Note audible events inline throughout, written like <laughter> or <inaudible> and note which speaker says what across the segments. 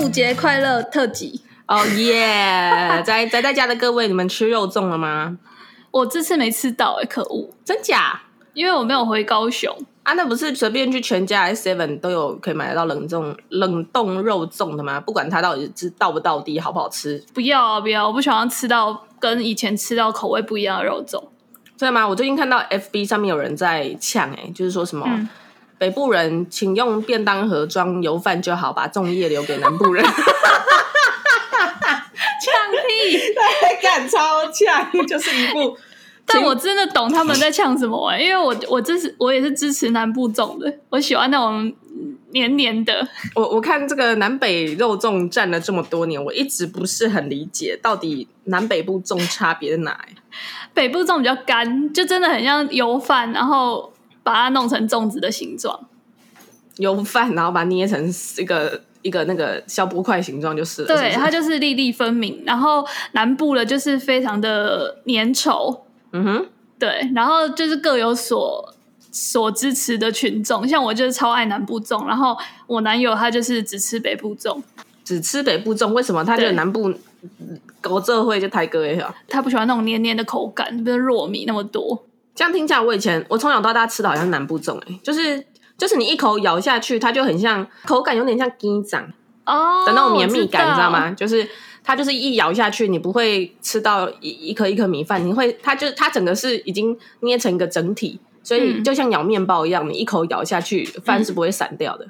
Speaker 1: 母节快乐特辑。
Speaker 2: 哦耶！宅宅在家的各位，你们吃肉粽了吗？
Speaker 1: 我这次没吃到、欸，哎，可恶！
Speaker 2: 真假
Speaker 1: 因为我没有回高雄。
Speaker 2: 啊？那不是随便去全家还是 Seven 都有可以买得到冷冻冷冻肉粽的吗？不管它到底是到不到底，好不好吃，
Speaker 1: 不要啊，不要！我不喜欢吃到跟以前吃到口味不一样的肉粽。
Speaker 2: 真的吗？我最近看到 FB 上面有人在呛，哎，就是说什么、
Speaker 1: 嗯
Speaker 2: 北部人请用便当盒装油饭就好，把粽叶留给南部 <laughs> 人。
Speaker 1: 呛屁！
Speaker 2: 敢超呛，就是一部
Speaker 1: 但我真的懂他们在呛什么、欸，因为我我支持我也是支持南部粽的，我喜欢那种黏黏的。
Speaker 2: 我我看这个南北肉粽战了这么多年，我一直不是很理解到底南北部粽差别在哪、欸
Speaker 1: 北部粽比较干，就真的很像油饭，然后把它弄成粽子的形状。
Speaker 2: 油饭，然后把它捏成一个一个那个消波块形状就是了。
Speaker 1: 对，
Speaker 2: 是不
Speaker 1: 它
Speaker 2: 是
Speaker 1: 就是粒粒分明。然后南部的就是非常的粘稠，
Speaker 2: 嗯哼，
Speaker 1: 对，然后就是各有所所支持的群众，像我就是超爱南部粽，然后我男友他就是只吃北部粽，
Speaker 2: 只吃北部粽，为什么他觉得
Speaker 1: 对
Speaker 2: 南部嗯狗这会就抬哥一下？
Speaker 1: 他不喜欢那种黏黏的口感，不是糯米那么多。
Speaker 2: 这样听起来，我以前我从小到大吃的好像南部粽、欸，就是就是你一口咬下去，它就很像口感有点像鸡掌
Speaker 1: 哦
Speaker 2: 的那种绵密感，
Speaker 1: 我
Speaker 2: 你知道？吗？就是它就是一咬下去，你不会吃到一一颗一颗米饭，你会它就它整个是已经捏成一个整体，所以
Speaker 1: 嗯
Speaker 2: 就像咬面包一样，你一口咬下去，饭是不会散掉的。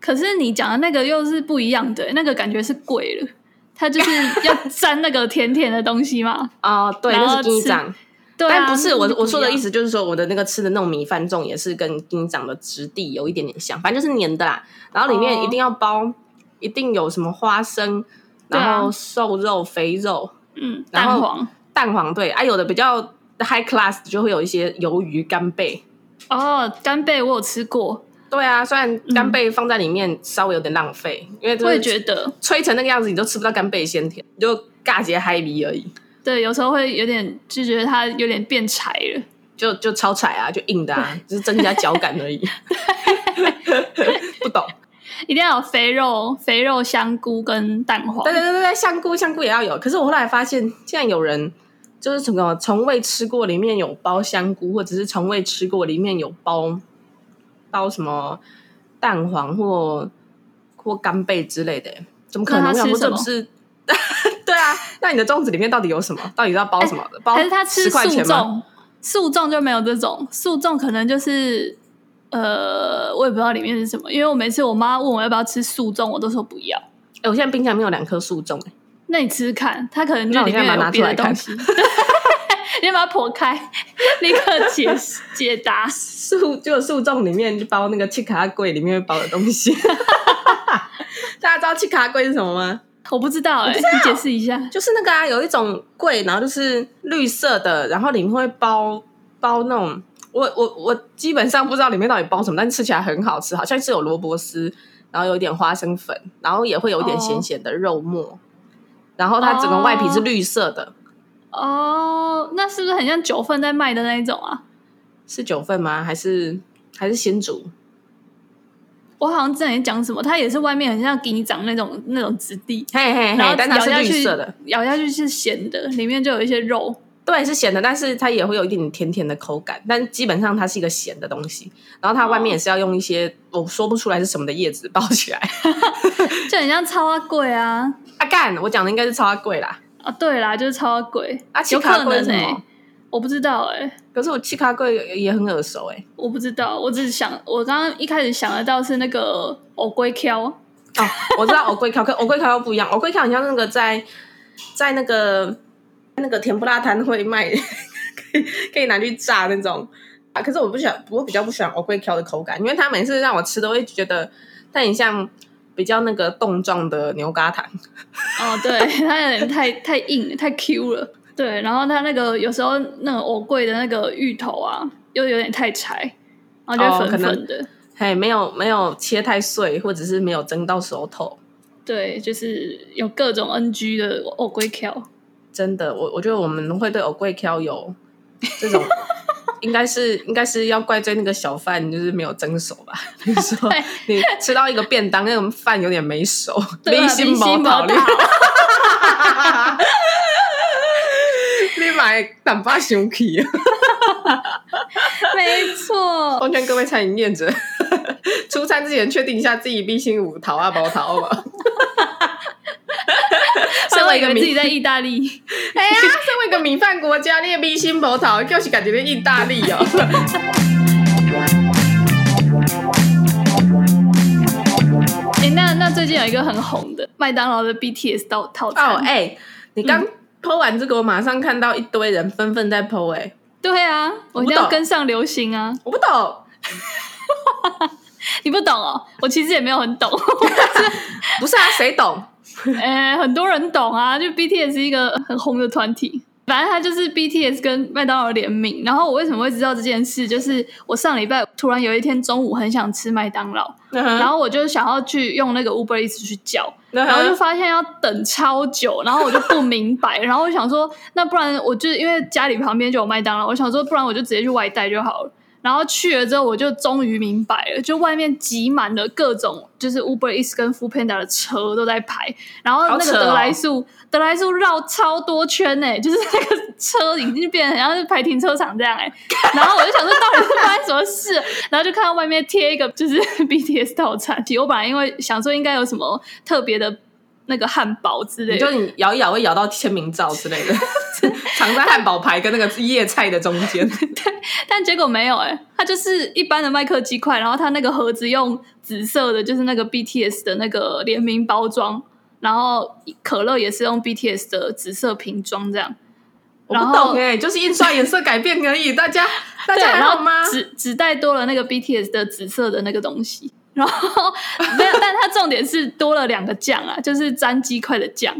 Speaker 1: 可是你讲的那个又是不一样的，那个感觉是贵了，它就是要沾那个甜甜的东西
Speaker 2: <laughs>
Speaker 1: 嘛。
Speaker 2: 哦、对，
Speaker 1: 然后
Speaker 2: 那是鸡
Speaker 1: 吃
Speaker 2: 掌，
Speaker 1: 对、啊，
Speaker 2: 但不是我
Speaker 1: 那就
Speaker 2: 我说的
Speaker 1: 一
Speaker 2: 意
Speaker 1: 样。
Speaker 2: 思，就是说我的那个吃的那种米饭粽也是跟金掌的质地有一点点像，反正就是黏的啦。然后里面
Speaker 1: 哦
Speaker 2: 一定要包，一定有什么花生，
Speaker 1: 对啊
Speaker 2: 然后瘦肉、肥肉、
Speaker 1: 嗯，
Speaker 2: 然后
Speaker 1: 蛋黄
Speaker 2: 蛋黄对啊，有的比较 high class 就会有一些鱿鱼、干贝。
Speaker 1: 哦，干贝我有吃过，
Speaker 2: 对啊，虽然干贝放在里面稍微有点浪费，因为
Speaker 1: 我也觉
Speaker 2: 得
Speaker 1: 得
Speaker 2: 吹成那个样子，你都吃不到干贝鲜甜，你就尬节嗨皮而已，
Speaker 1: 对，有时候会有点就觉得它有点变柴了。
Speaker 2: 就就超柴啊，就硬的
Speaker 1: <laughs>
Speaker 2: 啊，就是增加脚感而已。 <laughs> 不懂。
Speaker 1: 一定要有肥肉、肥肉、香菇跟蛋黄。
Speaker 2: 对对对对对，香菇香菇也要有。可是我后来发现，竟然有人就是从么从未吃过里面有包香菇，或者是从未吃过里面有包包什么蛋黄或或干贝之类的，怎么可能？
Speaker 1: 那
Speaker 2: 我
Speaker 1: 他
Speaker 2: 想
Speaker 1: 吃
Speaker 2: 说
Speaker 1: 什
Speaker 2: 这
Speaker 1: 么
Speaker 2: 不是。 <laughs> 对啊，那你的粽子里面到底有什么？到底要包什么？包
Speaker 1: 哎还是他吃
Speaker 2: 10
Speaker 1: 素
Speaker 2: 块钱吗？
Speaker 1: 粽，素粽就没有这种，素粽可能就是呃，我也不知道里面是什么，因为我每次我妈问我要不要吃素粽，我都说不要。
Speaker 2: 哎、我现在冰箱里面有两颗素粽、哎
Speaker 1: 那你吃吃看，它可能
Speaker 2: 那
Speaker 1: 就
Speaker 2: 我
Speaker 1: 里
Speaker 2: 现在
Speaker 1: 面有
Speaker 2: 把它拿
Speaker 1: 别
Speaker 2: 出来
Speaker 1: 的东
Speaker 2: 看
Speaker 1: 西。你先把它剖开， <laughs> 立刻解释解答。
Speaker 2: 素就素粽里面包那个气卡柜里面会包的东西。 <laughs> 大家知道气卡柜是什么吗？
Speaker 1: 我不知
Speaker 2: <laughs>
Speaker 1: 道哎、你解释一下。
Speaker 2: 就是那个啊，有一种柜，然后就是绿色的，然后里面会包包那种，我我我基本上不知道里面到底包什么，但吃起来很好吃，好像是有萝卜丝，然后有一点花生粉，然后也会有一点咸咸的肉末，然后它整个外皮是绿色的，
Speaker 1: 哦，那是不是很像九份在卖的那一种啊？
Speaker 2: 是九份吗？还是还是新竹？
Speaker 1: 我好像之前讲什么，它也是外面很像给你长那种那种质地，
Speaker 2: 嘿嘿
Speaker 1: 然
Speaker 2: 嘿
Speaker 1: 后，
Speaker 2: 哎但它
Speaker 1: 咬
Speaker 2: 是
Speaker 1: 下
Speaker 2: 绿
Speaker 1: 去
Speaker 2: 色的，，
Speaker 1: 咬下去是咸的，里面就有一些肉。
Speaker 2: 对，是咸的，但是它也会有一点点甜甜的口感，但基本上它是一个咸的东西，然后它外面也是要用一些、我说不出来是什么的叶子包起来。
Speaker 1: 就很像超阿贵啊！
Speaker 2: 啊干，我讲的应该是超阿贵啦。
Speaker 1: 啊，对啦，就是超阿贵
Speaker 2: 啊，
Speaker 1: 有
Speaker 2: 气
Speaker 1: 可
Speaker 2: 卡
Speaker 1: 能
Speaker 2: 贵是什
Speaker 1: 哎、
Speaker 2: 么？
Speaker 1: 我不知道哎、
Speaker 2: 可是我气卡贵也也很耳熟哎、
Speaker 1: 我不知道，我只是想，我刚刚一开始想得到是那个藕龟挑，
Speaker 2: 哦，我知道藕桂条，可藕桂条又不一样。藕桂条很像那个在在那个那个甜不辣摊会卖， <laughs> 可以可以拿去炸那种。啊，可是我不喜欢，我比较不喜欢藕桂条的口感，因为它每次让我吃都会觉得它很像比较那个冻状的牛轧糖。
Speaker 1: 哦，对， <laughs> 它有点太太硬了太 Q 了，对，然后它那个有时候那个藕桂的那个芋头啊，又有点太柴，然后就
Speaker 2: 哦
Speaker 1: 会粉
Speaker 2: 可能
Speaker 1: 粉的，
Speaker 2: 嘿，没有没有切太碎，或者是没有蒸到熟透。
Speaker 1: 对，就是有各种 NG 的藕
Speaker 2: <laughs>
Speaker 1: 龟挑，
Speaker 2: 真的，我我觉得我们会对藕桂挑有这种应该是应该是要怪罪那个小贩，就是没有蒸熟吧？ <laughs> 你说你 <laughs> 吃到一个便当，那种饭有点没熟，
Speaker 1: 对啊
Speaker 2: 心毛
Speaker 1: 没
Speaker 2: 讨
Speaker 1: 到
Speaker 2: 论， <laughs> 你买胆巴熊 <laughs> 皮，
Speaker 1: <laughs> 没错，
Speaker 2: 奉劝各位餐饮业者， <laughs> 出餐之前确定一下自己 B 星五桃啊，包桃啊。身
Speaker 1: 我
Speaker 2: 为一
Speaker 1: 以
Speaker 2: 个
Speaker 1: 为
Speaker 2: 民
Speaker 1: 自己在意大利，
Speaker 2: <laughs> 哎呀， <laughs> 身为一个米饭国家，你的米心葡萄就是感觉在意大利哦。
Speaker 1: 哎、那那最近有一个很红的麦当劳的 BTS 套套餐，
Speaker 2: <laughs> 哦，哎、你刚剖完这个，我马上看到一堆人纷纷在剖，哎，
Speaker 1: 对啊，我一定要
Speaker 2: 我不懂
Speaker 1: 跟上流行啊！
Speaker 2: 我不懂，
Speaker 1: 你不懂哦，我其实也没有很
Speaker 2: <laughs>
Speaker 1: 懂，
Speaker 2: 不是啊，谁懂？
Speaker 1: 呃，很多人懂啊，就 BTS 是一个很红的团体。反正它就是 BTS 跟麦当劳联名。然后我为什么会知道这件事？就是我上礼拜突然有一天中午很想吃麦当劳，然
Speaker 2: <laughs> 然
Speaker 1: 后我就想要去用那个 Uber Eats 去叫，然
Speaker 2: 然
Speaker 1: 后就发现要等超久，然后我就不明白，然后我想说，那不然我就因为家里旁边就有麦当劳，我想说，不然我就直接去外带就好了。然后去了之后，我就终于明白了，就外面挤满了各种就是 Uber Eats 跟 Food Panda 的车都在排，然后那
Speaker 2: 好扯
Speaker 1: 个
Speaker 2: 哦
Speaker 1: 德莱速、德莱速绕超多圈呢、就是那个车已经变得很像是排停车场这样哎、然后我就想说，到底是发生什么事？然后就看到外面贴一个就是 <laughs> BTS 套餐，我本来因为想说应该有什么特别的那个汉堡之类
Speaker 2: 你就
Speaker 1: 的，
Speaker 2: 你摇一摇会摇到签名照
Speaker 1: <laughs>
Speaker 2: 之类的，藏在汉堡牌跟那个叶菜的中间。
Speaker 1: 但结果没有哎、它就是一般的麦克鸡块，然后它那个盒子用紫色的，就是那个 BTS 的那个联名包装，然后可乐也是用 BTS 的紫色瓶装这样。
Speaker 2: 我不
Speaker 1: 然后
Speaker 2: 懂哎、就是印刷颜色改变而已，大家大
Speaker 1: 对，
Speaker 2: 家还
Speaker 1: 然
Speaker 2: 好
Speaker 1: 后
Speaker 2: 吗？
Speaker 1: 只只带多了那个 BTS 的紫色的那个东西，然
Speaker 2: <laughs>
Speaker 1: 后没有，但它重点是多了两个酱啊，就是沾鸡块的酱，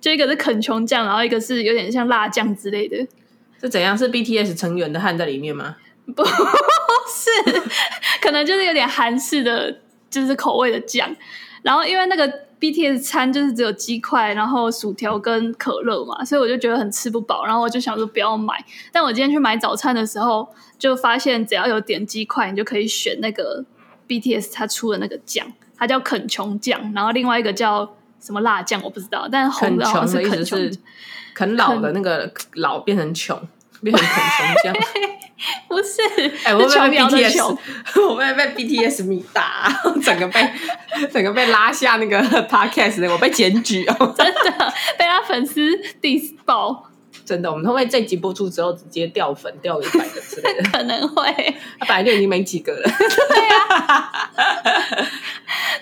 Speaker 1: 就一个是肯琼酱，然后一个是有点像辣酱之类的。
Speaker 2: 是怎样？是 BTS 成员的汗在里面吗？
Speaker 1: <laughs> 是，可能就是有点韩式的，就是口味的酱。然后因为那个 BTS 餐就是只有鸡块，然后薯条跟可乐嘛，所以我就觉得很吃不饱。然后我就想说不要买。但我今天去买早餐的时候，就发现只要有点鸡块，你就可以选那个 BTS 它出的那个酱，它叫肯琼酱，然后另外一个叫什么辣酱我不知道，但红
Speaker 2: 啃
Speaker 1: 的好
Speaker 2: 穷
Speaker 1: 像
Speaker 2: 的
Speaker 1: 是
Speaker 2: 意
Speaker 1: 肯
Speaker 2: 思
Speaker 1: 琼
Speaker 2: 是啃老的那个老变成穷，变成啃穷
Speaker 1: <laughs>
Speaker 2: 这样。
Speaker 1: 不是？
Speaker 2: 哎、
Speaker 1: 是
Speaker 2: 我会不会
Speaker 1: 琼
Speaker 2: 被
Speaker 1: 瑶的琼
Speaker 2: BTS，我 <laughs> 会不会被 BTS 米打、 <laughs> 整个被整个被拉下那个 <laughs> podcast，的我被检举 <laughs> 哦！
Speaker 1: 真的被他粉丝 diss 爆。
Speaker 2: 真的，我们会不会这集播出之后直接掉粉，掉一百个之类的？
Speaker 1: 可能会，
Speaker 2: 他本来就已经没几个
Speaker 1: <laughs>
Speaker 2: 了。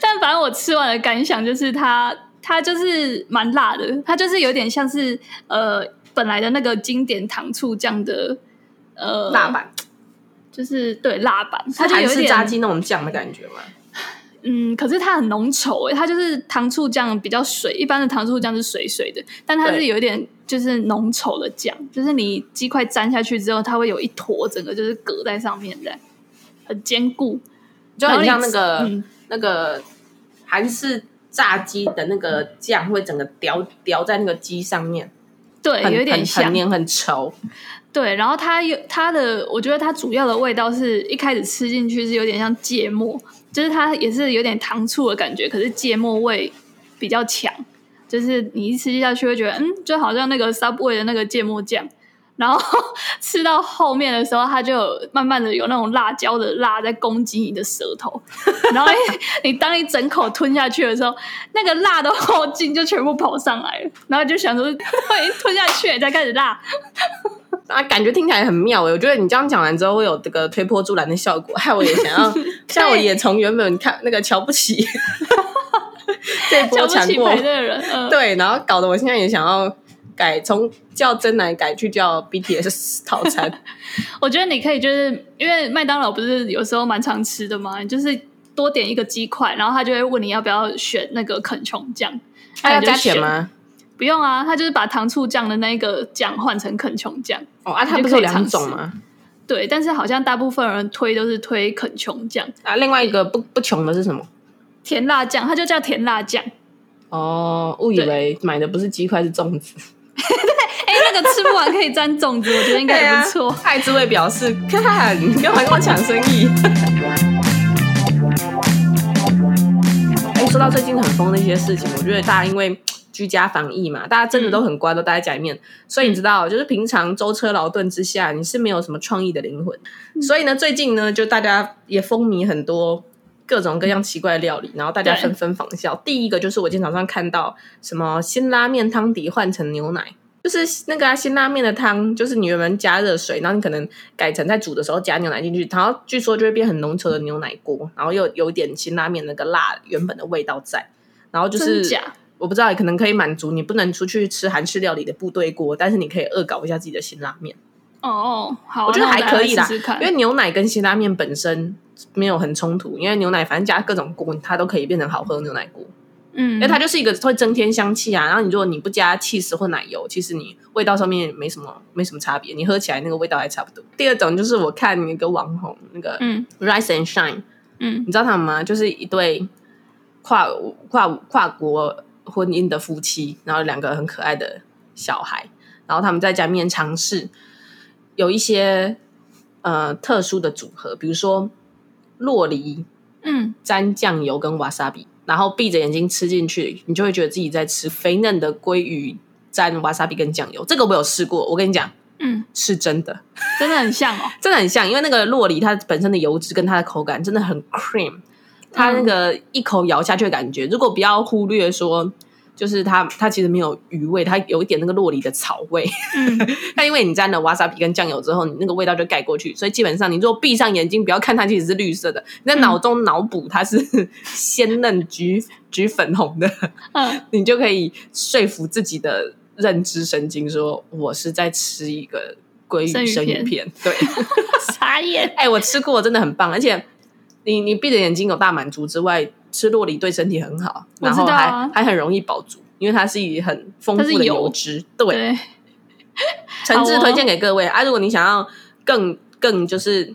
Speaker 1: 但反正我吃完的感想就是它，它就是蛮辣的，它就是有点像是呃本来的那个经典糖醋酱的呃
Speaker 2: 辣，版，
Speaker 1: 就是对辣版，它
Speaker 2: 它
Speaker 1: 就
Speaker 2: 韩
Speaker 1: 有一
Speaker 2: 式炸
Speaker 1: 点
Speaker 2: 鸡那种酱的感觉嘛。
Speaker 1: 嗯，可是它很浓稠欸诶、它就是糖醋酱比较水，一般的糖醋酱是水水的，但它是
Speaker 2: 对
Speaker 1: 有一点就是浓稠的酱，就是你鸡块沾下去之后，它会有一坨整个就是隔在上面的，很坚固，
Speaker 2: 就
Speaker 1: 然后
Speaker 2: 很
Speaker 1: 你
Speaker 2: 像那个、
Speaker 1: 嗯
Speaker 2: 那个韩式炸鸡的那个酱会整个掉掉在那个鸡上面，
Speaker 1: 对，
Speaker 2: 很
Speaker 1: 有一点
Speaker 2: 很
Speaker 1: 像
Speaker 2: 很黏很稠。
Speaker 1: 对，然后它有它的，我觉得它主要的味道是一开始吃进去是有点像芥末，就是它也是有点糖醋的感觉，可是芥末味比较强，就是你一吃下去会觉得，嗯，就好像那个 Subway 的那个芥末酱，然后 <laughs> 吃到后面的时候，它就有慢慢的有那种辣椒的辣在攻击你的舌头，然后 <laughs> 你你当你整口吞下去的时候，那个辣的后劲就全部跑上来了，然后就想说， <laughs> 已经吞下去了才开始辣。
Speaker 2: 啊，感觉听起来很妙诶、欸我觉得你这样讲完之后会有这个推波助澜的效果， <laughs> 害我也
Speaker 1: <laughs>
Speaker 2: 想要，像我也从原本看那个瞧不起
Speaker 1: <laughs>
Speaker 2: 这一波
Speaker 1: 瞧不
Speaker 2: 强
Speaker 1: 起
Speaker 2: 过，
Speaker 1: 排队的人，嗯、
Speaker 2: 对，然后搞得我现在也想要改从叫真奶改去叫 BTS 套餐，
Speaker 1: 我觉得你可以就是因为麦当劳不是有时候蛮常吃的嘛，你就是多点一个鸡块，然后他就会问你要不要选那个肯琼酱，
Speaker 2: 还要
Speaker 1: 那你就
Speaker 2: 加钱
Speaker 1: 选？
Speaker 2: 吗？
Speaker 1: 不用啊，他就是把糖醋酱的那个酱换成肯琼酱，
Speaker 2: 哦，啊，它
Speaker 1: 你就
Speaker 2: 不是有
Speaker 1: 可以
Speaker 2: 两
Speaker 1: 尝
Speaker 2: 种
Speaker 1: 试
Speaker 2: 吗？
Speaker 1: 对，但是好像大部分人推都是推肯琼酱，
Speaker 2: 啊，另外一个不不穷的是什么？
Speaker 1: 甜辣酱，它就叫甜辣酱，
Speaker 2: 哦，误以
Speaker 1: 对
Speaker 2: 为买的不是鸡块是粽子，
Speaker 1: 哎、那个吃不完可以沾粽子，我觉得
Speaker 2: 啊
Speaker 1: 应该也不 <laughs> 错。
Speaker 2: 蔡志伟表示：“看，你干嘛跟我抢生意？”哎、说到最近很疯的一些事情，我觉得大家因为居家防疫嘛，大家真的都很乖，都待在家里面。所以你知道，就是平常舟车劳顿之下，你是没有什么创意的灵魂。所以呢，最近呢，就大家也风靡很多各种各样奇怪的料理，然后大家
Speaker 1: 对
Speaker 2: 纷纷仿效。第一个就是我经常上看到什么辛拉面汤底换成牛奶。就是那个啊，辛拉面的汤，就是你原本加热水，然后你可能改成在煮的时候加牛奶进去，然后据说就会变很浓稠的牛奶锅，然后又有一点辛拉面那个辣原本的味道在，然后就是
Speaker 1: 真假
Speaker 2: 我不知道，可能可以满足你不能出去吃韩式料理的部队锅，但是你可以恶搞一下自己的辛拉面，
Speaker 1: 哦，好啊，
Speaker 2: 我觉得还可以啦
Speaker 1: 那我来试试看
Speaker 2: 因为牛奶跟辛拉面本身没有很冲突，因为牛奶反正加各种锅，它都可以变成好喝的牛奶锅，
Speaker 1: 嗯，
Speaker 2: 因为它就是一个会增添香气啊。然后你如果你不加 cheese 或奶油，其实你味道上面也没什么没什么差别，你喝起来那个味道还差不多。第二种就是我看一个网红那个
Speaker 1: 嗯
Speaker 2: Rise and Shine，
Speaker 1: 嗯，
Speaker 2: 你知道他们吗？就是一对跨跨跨国婚姻的夫妻，然后两个很可爱的小孩，然后他们在家里面尝试有一些呃特殊的组合，比如说洛梨
Speaker 1: 嗯，
Speaker 2: 沾酱油跟瓦萨比，然后闭着眼睛吃进去，你就会觉得自己在吃肥嫩的鲑鱼沾瓦萨比跟酱油。这个我有试过，我跟你讲
Speaker 1: 嗯，
Speaker 2: 是真的。
Speaker 1: 真的很像哦，
Speaker 2: 真的很像，因为那个洛梨它本身的油脂跟它的口感真的很 cream，它那个一口咬下去的感觉，如果不要忽略说，就是它它其实没有鱼味，它有一点那个洛梨的草味。
Speaker 1: 嗯，
Speaker 2: <laughs> 但因为你沾了瓦萨比跟酱油之后，你那个味道就盖过去，所以基本上你如果闭上眼睛，不要看它其实是绿色的，你在脑中脑补它是 <laughs> 鲜嫩橘橘粉红的， <laughs>
Speaker 1: 嗯，
Speaker 2: 你就可以说服自己的认知神经说，我是在吃一个鲑
Speaker 1: 生
Speaker 2: 鱼
Speaker 1: 鱼
Speaker 2: 生鱼
Speaker 1: 片
Speaker 2: 片，对。
Speaker 1: 傻眼，
Speaker 2: 哎、我吃过，真的很棒，而且你你闭着眼睛有大满足之外，吃洛梨对身体很好，
Speaker 1: 我
Speaker 2: 然
Speaker 1: 知
Speaker 2: 后
Speaker 1: 道
Speaker 2: 还、
Speaker 1: 啊
Speaker 2: 还很容易饱足，因为它是一很丰富
Speaker 1: 它
Speaker 2: 的
Speaker 1: 是油
Speaker 2: 油脂。对，
Speaker 1: 对，
Speaker 2: 诚挚
Speaker 1: 好哦
Speaker 2: 推荐给各位、啊！如果你想要更更就是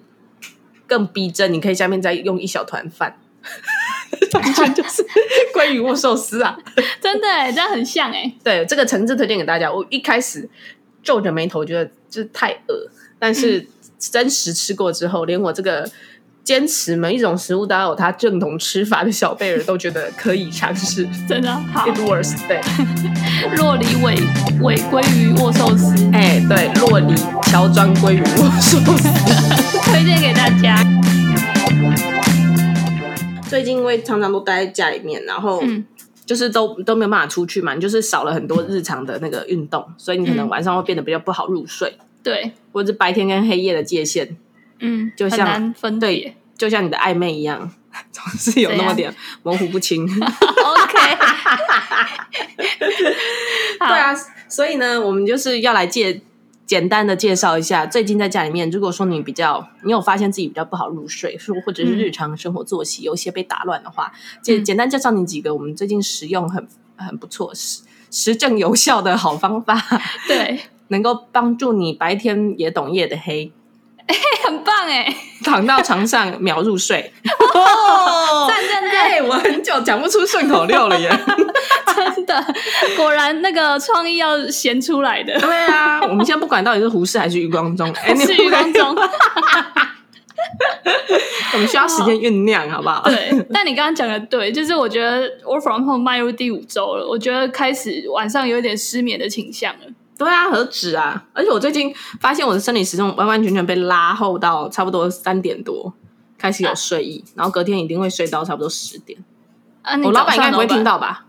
Speaker 2: 更逼真，你可以下面再用一小团饭。 <laughs> 完全就是 <laughs> 鲑鱼握寿司啊！
Speaker 1: 真的哎，这样很像哎，
Speaker 2: 对，这个诚挚推荐给大家。我一开始皱着眉头，觉得就是太恶，但是真实吃过之后，连我这个坚持每一种食物都要有它正统吃法的小贝儿都觉得可以尝试。 <laughs>
Speaker 1: 真的好
Speaker 2: It，works，对，
Speaker 1: 洛梨尾尾鲑鱼握寿司，
Speaker 2: 哎、对，洛梨乔装鲑鱼握寿司。
Speaker 1: 推荐给大家，
Speaker 2: <laughs> 最近因为常常都待在家里面，然后
Speaker 1: 嗯
Speaker 2: 就是都都没有办法出去嘛，你就是少了很多日常的那个运动，所以你可能
Speaker 1: 嗯
Speaker 2: 晚上会变得比较不好入睡，
Speaker 1: 对，
Speaker 2: 或者是白天跟黑夜的界限
Speaker 1: 嗯，
Speaker 2: 就像
Speaker 1: 很难分
Speaker 2: 对
Speaker 1: 别。
Speaker 2: 就像你的暧昧一样， <laughs> 总是有那么点模糊不 <laughs> 清。对
Speaker 1: OK，好，
Speaker 2: 啊，所以呢，我们就是要来介简单的介绍一下，最近在家里面，如果说你比较，你有发现自己比较不好入睡，是或者是
Speaker 1: 嗯
Speaker 2: 日常生活作息有一些被打乱的话，简、
Speaker 1: 嗯
Speaker 2: 简单介绍你几个我们最近实用很很不错实实证有效的好方法， <laughs>
Speaker 1: 对，
Speaker 2: 能够帮助你白天也懂夜的黑，
Speaker 1: 很棒
Speaker 2: 欸
Speaker 1: 哎，
Speaker 2: 躺到床上秒入 <laughs> 睡。 <laughs>
Speaker 1: 赞赞赞，
Speaker 2: 哎，我很久讲不出顺口溜了耶。
Speaker 1: 真的，果然那个创意要闲出来
Speaker 2: <laughs>
Speaker 1: 的，
Speaker 2: 对啊，我们现在不管到底是胡适还是余光 <laughs> 中，哎，
Speaker 1: 是余光，中。
Speaker 2: <laughs> 我们需要时间酝酿，好不好？
Speaker 1: 对，但你刚刚讲的对，就是我觉得 work from home 迈入第五周了，我觉得开始晚上有一点失眠的倾向了。
Speaker 2: 对啊，何止啊！而且我最近发现我的生理时钟完完全全被拉后到差不多三点多开始有睡意，然后隔天一定会睡到差不多十点。
Speaker 1: 啊，你
Speaker 2: 我老板应该不会
Speaker 1: 早上
Speaker 2: 听
Speaker 1: 怎么
Speaker 2: 到吧？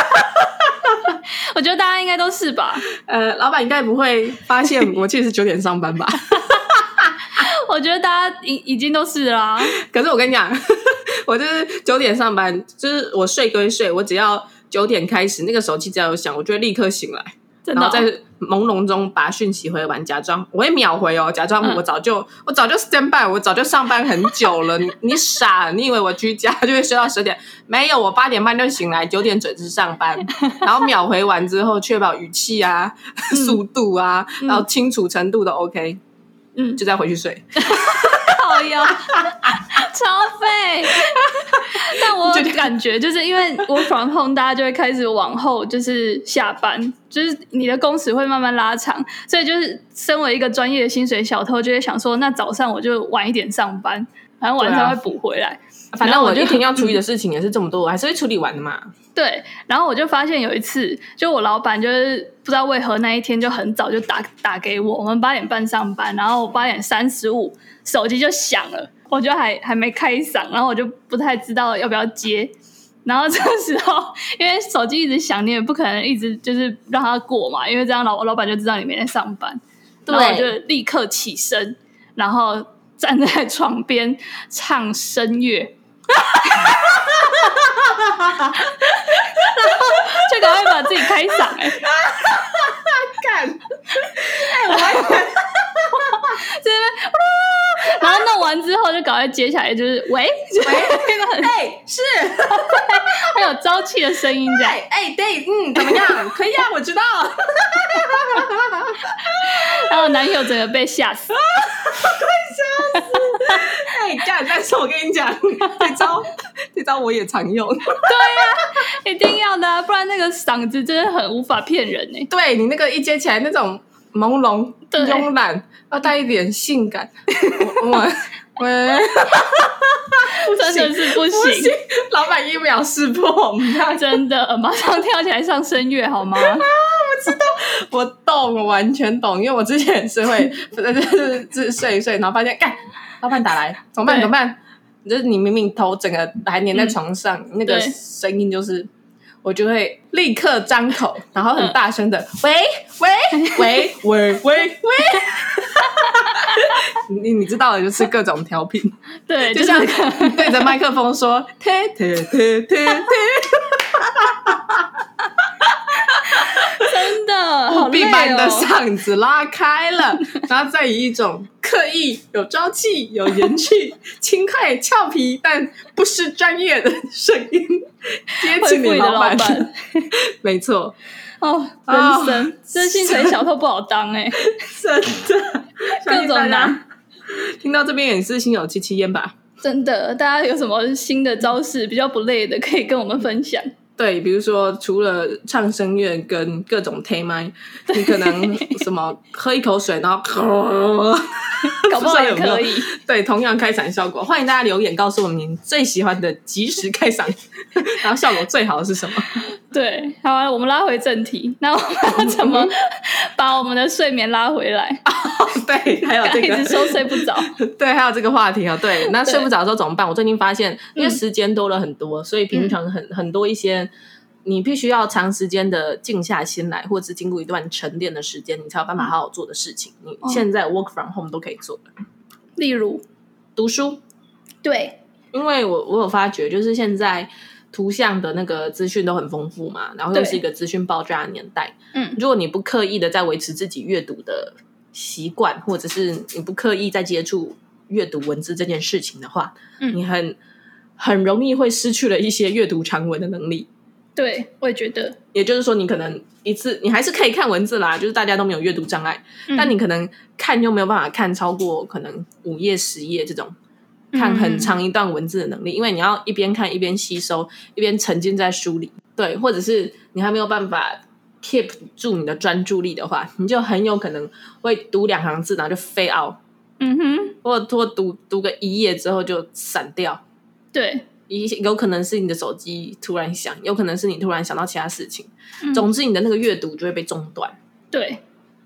Speaker 1: 办，我觉得大家应该都是吧。
Speaker 2: <laughs> 呃，老板应该不会发现我其实是九点上班吧？ <laughs>
Speaker 1: 我觉得大家已已经都是啦、
Speaker 2: 可是我跟你讲， <laughs> 我就是九点上班，就是我睡归睡，我只要九点开始，那个手机只要有响，我就会立刻醒来。
Speaker 1: 真
Speaker 2: 然
Speaker 1: 的、
Speaker 2: 后在
Speaker 1: 哦。
Speaker 2: 朦胧中把讯息回完，假装我会秒回哦，假装
Speaker 1: 嗯
Speaker 2: 我早就、我早就 stand by，我早就上班很久了。你你傻？你以为我居家就会睡到十点？没有，我八点半就醒来，九点准时上 <laughs> 班，然后秒回完之后，确保语气啊、速度啊，
Speaker 1: 嗯
Speaker 2: 然后清楚程度都 OK，
Speaker 1: 嗯， <laughs>
Speaker 2: 就再回去睡。
Speaker 1: 靠腰，超费。但我有感觉就是因为我 from home，大家就会开始往后就是下班，就是你的工时会慢慢拉长，所以就是身为一个专业的薪水小偷，就会想说，那早上我就晚一点上班，反正晚上
Speaker 2: 啊
Speaker 1: 会补回来。
Speaker 2: 反正我嗯
Speaker 1: 就
Speaker 2: 一天要处理的事情也是这么多，我还是会处理完的嘛。
Speaker 1: 对，然后我就发现有一次，就我老板就是不知道为何那一天就很早就打打给我，我们八点半上班，然后我八点三十五手机就响了，我就还还没开嗓，然后我就不太知道要不要接。然后这个时候，因为手机一直响，你也不可能一直就是让它过嘛，因为这样老老板就知道你没在上班。然后我就立刻起身，然后站在床边唱声乐。
Speaker 2: <laughs>
Speaker 1: 就赶快把自己开嗓哎、欸，
Speaker 2: 干，哎，我
Speaker 1: <laughs>
Speaker 2: 还
Speaker 1: 这边， <laughs> 然后弄完之后就赶快接下来就是
Speaker 2: <laughs>
Speaker 1: 喂，就是那个很
Speaker 2: 哎是
Speaker 1: 很有朝气的声音这样。
Speaker 2: 哎哎对嗯怎么样？可以啊，我知道。
Speaker 1: 然后男友整个被吓
Speaker 2: <laughs>
Speaker 1: 死，
Speaker 2: <laughs> 哎干，但是我跟你讲， <laughs> 这招这招我也常用。
Speaker 1: 一定要的啊、不然那个嗓子真的很无法骗人哎、
Speaker 2: 对你那个一接起来那种朦胧、
Speaker 1: 对
Speaker 2: 慵懒，要带一点性感。我我 <laughs> 喂，
Speaker 1: 真的是不
Speaker 2: 不
Speaker 1: 行，
Speaker 2: 行，老板一秒识破，我们要
Speaker 1: 真的呃马上跳起来上声乐好
Speaker 2: <laughs>
Speaker 1: 吗？
Speaker 2: 我懂，我完全懂，因为我之前也是 <laughs> 会，就是就是睡一睡，然后发现干，老板打来，怎么办？
Speaker 1: 对
Speaker 2: 怎么办？就是你明明头整个还粘在床上，那个
Speaker 1: 对
Speaker 2: 声音就是，我就会立刻张 <laughs> 口，然后很大声的、喂 <laughs> 喂喂嗯喂喂喂， <laughs> 你你知道的就是各种调频，
Speaker 1: 对，
Speaker 2: 就是像对着麦克风 <laughs> 说贴贴贴贴贴，
Speaker 1: 真的 <laughs> 好
Speaker 2: 务必
Speaker 1: 累
Speaker 2: 把你的
Speaker 1: 哦。
Speaker 2: 嗓子拉开
Speaker 1: <laughs>
Speaker 2: 了，然后再以一种刻意、有朝气、有元气、轻快、俏皮但不失专业的声音接
Speaker 1: 恢
Speaker 2: 近
Speaker 1: 复
Speaker 2: 你
Speaker 1: 你的老
Speaker 2: 板。
Speaker 1: 板
Speaker 2: <laughs> 没错，
Speaker 1: 哦，
Speaker 2: 哦
Speaker 1: 人生这薪水小偷不好当
Speaker 2: <laughs>
Speaker 1: 哎、
Speaker 2: 真的，
Speaker 1: 各
Speaker 2: 相信大
Speaker 1: 种
Speaker 2: 家
Speaker 1: 难。
Speaker 2: 听到这边也是心有戚戚焉吧？
Speaker 1: 真的，大家有什么新的招式比较不累的，可以跟我们分享。
Speaker 2: 对，比如说除了唱声乐跟各种 t 麦，你
Speaker 1: <laughs>
Speaker 2: 可能什么喝一口水，然后 <laughs>
Speaker 1: 搞不好也可
Speaker 2: <laughs> 不知道有没
Speaker 1: 以。
Speaker 2: 对，同样开嗓效果，欢迎大家留言告诉我们你最喜欢的即时开嗓， <laughs> 然后效果最好的是什
Speaker 1: <laughs>
Speaker 2: 么？
Speaker 1: 对，好啊，我们拉回正题，那我们要怎么把我们的睡眠拉回来？
Speaker 2: 对，还有
Speaker 1: 刚才
Speaker 2: 啊
Speaker 1: <laughs>
Speaker 2: 这
Speaker 1: 一直
Speaker 2: 个，
Speaker 1: 说睡不着，
Speaker 2: <laughs> 对，还有这个话题哦。
Speaker 1: <laughs>
Speaker 2: 对，那睡不着的时候怎么办？我最近发现，因为
Speaker 1: 嗯
Speaker 2: 时间多了很多，所以平常很、很多一些。你必须要长时间的静下心来，或是经过一段沉淀的时间，你才有办法
Speaker 1: 嗯
Speaker 2: 好好做的事情。你现在 work from home 都可以做的，
Speaker 1: 例如，
Speaker 2: 读书，
Speaker 1: 对，
Speaker 2: 因为我我有发觉，就是现在图像的那个资讯都很丰富嘛，然后又
Speaker 1: 对
Speaker 2: 是一个资讯爆炸的年代。
Speaker 1: 嗯，
Speaker 2: 如果你不刻意的在维持自己阅读的习惯，或者是你不刻意在接触阅读文字这件事情的话，
Speaker 1: 嗯
Speaker 2: 你很很容易会失去了一些阅读长文的能力。
Speaker 1: 对，我也觉得，
Speaker 2: 也就是说，你可能一次你还是可以看文字啦，就是大家都没有阅读障碍，
Speaker 1: 嗯
Speaker 2: 但你可能看又没有办法看超过可能五页十页这种看很长一段文字的能
Speaker 1: 嗯
Speaker 2: 力，因为你要一边看一边吸收，一边沉浸在书里，对，或者是你还没有办法 keep 住你的专注力的话，你就很有可能会读两行字然后就飞 out，
Speaker 1: 嗯哼，
Speaker 2: 或或读读个一页之后就散掉。
Speaker 1: 对，
Speaker 2: 一有可能是你的手机突然响，有可能是你突然想到其他事情，
Speaker 1: 嗯
Speaker 2: 总之你的那个阅读就会被中断。
Speaker 1: 对，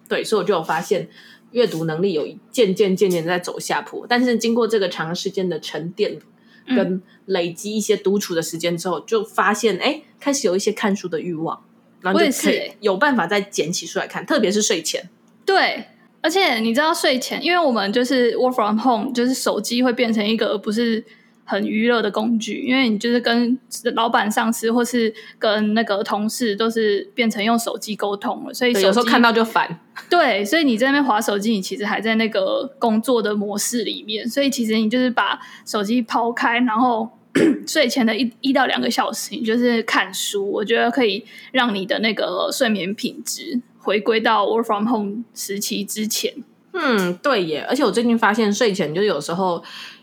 Speaker 2: 对，所以我就有发现阅读能力有渐渐渐渐在走下坡，但是经过这个长时间的沉淀
Speaker 1: 嗯
Speaker 2: 跟累积一些独处的时间之后，就发现哎，开始有一些看书的欲望，然后
Speaker 1: 我
Speaker 2: 就
Speaker 1: 也
Speaker 2: 可
Speaker 1: 是
Speaker 2: 以
Speaker 1: 哎
Speaker 2: 有办法再捡起书来看，特别是睡前。
Speaker 1: 对。而且你知道睡前，因为我们就是 work from home，就是手机会变成一个不是很娱乐的工具，因为你就是跟老板、上司或是跟那个同事都是变成用手机沟通了，所以
Speaker 2: 对，有时候
Speaker 1: 手机
Speaker 2: 看到就烦，
Speaker 1: 对，所以你在那边划手机，你其实还在那个工作的模式里面，所以其实你就是把手机抛开，然后 <coughs> 睡前的一一到两个小时，你就是看书，我觉得可以让你的那个睡眠品质回归到 work from home 时期之前。
Speaker 2: 嗯嗯，对耶。而且我最近发现睡前就是有时候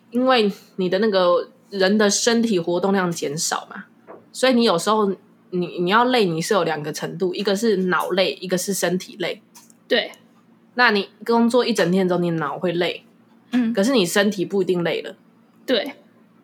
Speaker 2: 因为你的那个人的身体活动量减少嘛，所以你有时候你你要累，你是有两个程度，一个是脑累，一个是身体累。
Speaker 1: 对，
Speaker 2: 那你工作一整天之后，你脑会累，
Speaker 1: 嗯，
Speaker 2: 可是你身体不一定累了，
Speaker 1: 对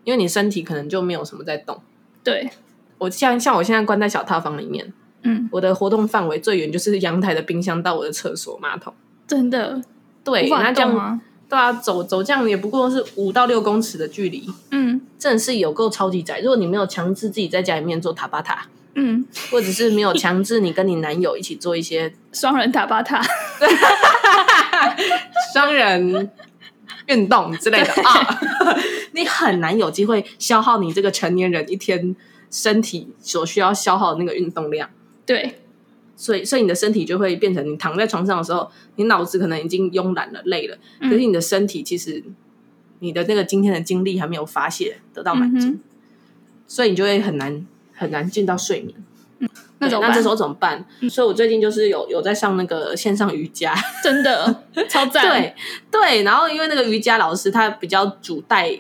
Speaker 2: 因为你身体可能就没有什么在动。
Speaker 1: 对，
Speaker 2: 我像像我现在关在小套房里面，
Speaker 1: 嗯，
Speaker 2: 我的活动范围最远就是阳台的冰箱到我的厕所马桶。
Speaker 1: 真的
Speaker 2: 对，
Speaker 1: 无法
Speaker 2: 那这
Speaker 1: 动
Speaker 2: 样
Speaker 1: 吗？
Speaker 2: 对啊，走走这样也不过是五到六公尺的距离，
Speaker 1: 嗯
Speaker 2: 真的是有够超级窄。如果你没有强制自己在家里面做塔巴塔，
Speaker 1: 嗯，
Speaker 2: 或者是没有强制你跟你男友一起做一些
Speaker 1: 双人塔巴塔， <laughs>
Speaker 2: 双人运动之类的啊， <laughs> 你很难有机会消耗你这个成年人一天身体所需要消耗的那个运动量。
Speaker 1: 对
Speaker 2: 所以，所以你的身体就会变成你躺在床上的时候，你脑子可能已经慵懒了、累了，可
Speaker 1: 嗯
Speaker 2: 是你的身体其实你的那个今天的精力还没有发泄得到满
Speaker 1: 嗯
Speaker 2: 足，
Speaker 1: 哼
Speaker 2: 所以你就会很难很难进到睡眠。
Speaker 1: 那
Speaker 2: 对
Speaker 1: 种
Speaker 2: 嗯那这时候怎么办？所以我最近就是有有在上那个线上瑜伽，
Speaker 1: 真
Speaker 2: <laughs>
Speaker 1: 的超赞，
Speaker 2: 对对，然后因为那个瑜伽老师他比较主带，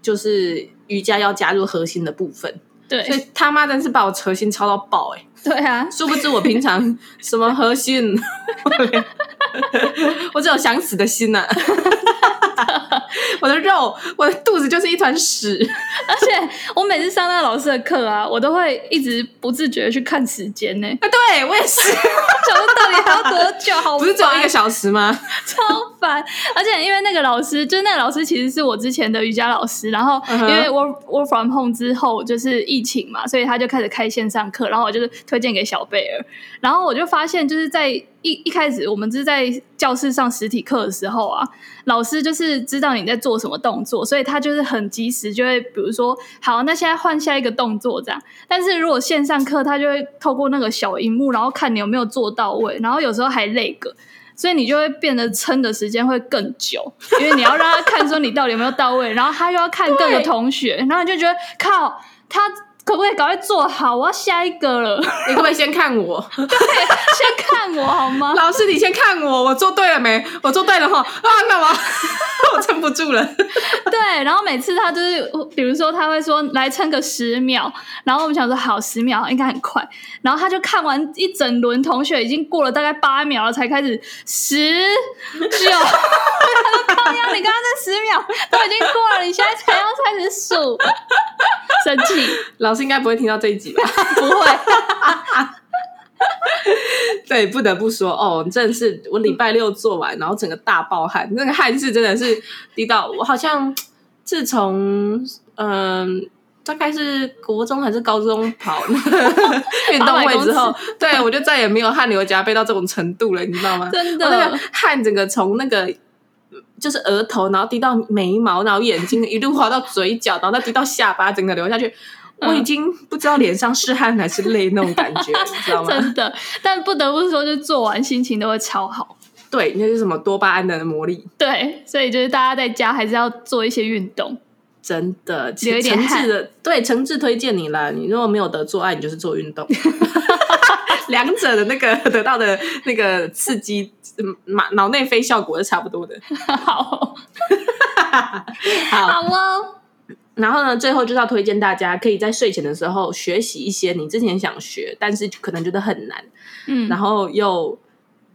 Speaker 2: 就是瑜伽要加入核心的部分，所
Speaker 1: 对
Speaker 2: 以他妈真是把我核心超到爆哎、欸
Speaker 1: 对啊，
Speaker 2: 殊不知我平常 <laughs> 什么核心， <laughs> 我只有想死的心 <laughs> 呐、我的肉，我的肚子就是一团屎。
Speaker 1: 而且我每次上那个老师的课啊，我都会一直不自觉地去看时间呢、
Speaker 2: 啊，对我也是，
Speaker 1: 想说到底还要多久？好
Speaker 2: <laughs> 不是只有一
Speaker 1: 烦哦
Speaker 2: 个小时吗？
Speaker 1: 超烦，而且因为那个老师，就是那个老师其实是我之前的瑜伽老师，然后
Speaker 2: 嗯
Speaker 1: 因
Speaker 2: 哼
Speaker 1: 为 work work from home 之后就是疫情嘛，所以他就开始开线上课，然后我就是推荐给小贝尔，然后我就发现就是在一一开始我们就是在教室上实体课的时候啊，老师就是知道你在做什么动作，所以他就是很及时就会，比如说好，那现在换下一个动作这样，但是如果线上课，他就会透过那个小荧幕，然后看你有没有做到位，然后有时候还累个，所以你就会变得撑的时间会更久， <laughs> 因为你要让他看说你到底有没有到位，然后他又要看各个
Speaker 2: 对
Speaker 1: 同学，然后你就觉得靠他。可不可以赶快做好？我要下一个了， <laughs>
Speaker 2: 你可不可以先看我？
Speaker 1: 先看我好吗？
Speaker 2: <laughs> 老师，你先看我，我做对了没？我做对了哈！啊，那我 <laughs> 我撑不住了。
Speaker 1: <laughs> 对，然后每次他就是，比如说他会说来撑个十秒，然后我们想说好十秒应该很快，然后他就看完一整轮，同学已经过了大概八秒了，才开始十九， <laughs> 他说高阳，你刚刚那十秒都已经过了，你现在才要开始数，生气
Speaker 2: 老师应该不会听到这一集
Speaker 1: <laughs>
Speaker 2: 吧？
Speaker 1: 不会？
Speaker 2: <laughs> 对，不得不说哦，真的是我礼拜六做完，然后整个大爆汗，那个汗是真的是滴到我好像自从嗯、大概是国中还是高中跑
Speaker 1: <laughs>
Speaker 2: 运动会
Speaker 1: 800
Speaker 2: 之后，对我就再也没有汗流浃背到这种程度了，你知道吗？
Speaker 1: 真
Speaker 2: 我哦那
Speaker 1: 的
Speaker 2: 个，汗整个从那个。就是额头，然后滴到眉毛，然后眼睛一路滑到嘴角，然后再滴到下巴，整个流下去。我已
Speaker 1: 嗯
Speaker 2: 经不知道脸上是汗还是泪那种
Speaker 1: <laughs>
Speaker 2: 感觉，你知道吗？
Speaker 1: 真的， <laughs> 但不得不说，就做完心情都会超好。
Speaker 2: 对，那是什么多巴胺的魔力，
Speaker 1: 对，所以就是大家在家还是要做一些运动。 <laughs>
Speaker 2: 真的。
Speaker 1: 流一点
Speaker 2: 诚
Speaker 1: 汗
Speaker 2: 挚的，对，诚挚推荐你啦。你如果没有得做爱，你就是做运动，
Speaker 1: <laughs>
Speaker 2: 两者的那个得到的那个刺激，嗯马脑内啡效果是差不多的。 <laughs>
Speaker 1: 好，
Speaker 2: 好，
Speaker 1: 好哦，
Speaker 2: 然后呢，最后就是要推荐大家可以在睡前的时候学习一些你之前想学，但是可能觉得很难，
Speaker 1: 嗯，
Speaker 2: 然后又。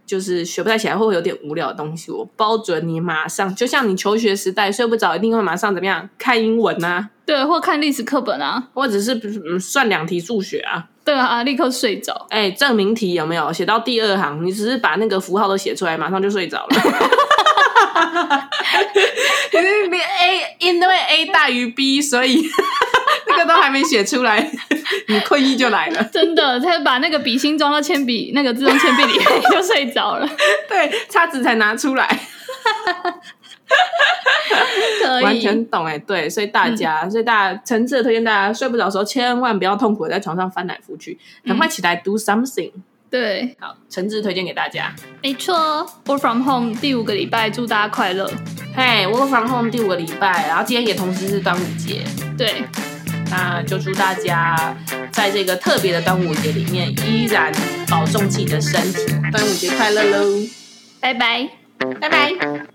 Speaker 2: 就是学不太起来，会有点无聊的东西。我包准你马上，就像你求学时代睡不着，一定会马上怎么样看英文啊，
Speaker 1: 对，或看历史课本啊，
Speaker 2: 或者是嗯算两题数学啊，
Speaker 1: 对啊，立刻睡着，
Speaker 2: 哎，证明题有没有写到第二行？你只是把那个符号都写出来，马上就睡着了。 <laughs> 因为 A 因为 A 大于 B，所以 <laughs> 那个都还没写出来， <laughs> 你困意就来了。
Speaker 1: 真的，他把那个笔芯装到铅笔那个自动铅笔里面 <laughs> 就睡着了，
Speaker 2: <laughs> 对，叉子才拿出来，
Speaker 1: 可
Speaker 2: 完
Speaker 1: 以，
Speaker 2: 全懂哎、对，所以大家，所以大家诚挚的推荐大家，睡不着的时候千万不要痛苦的在床上翻来覆去，赶快起来 do something。
Speaker 1: 对，
Speaker 2: 好，诚挚推荐给大家。
Speaker 1: 没错，Work from home 第五个礼拜，祝大家快乐，
Speaker 2: 嘿、我 w o r k from home 第五个礼拜，然后今天也同时是端午节，
Speaker 1: 对，
Speaker 2: 那就祝大家在这个特别的端午节里面，依然保重自己的身体，端午节快乐喽，
Speaker 1: 拜拜。
Speaker 2: 拜拜。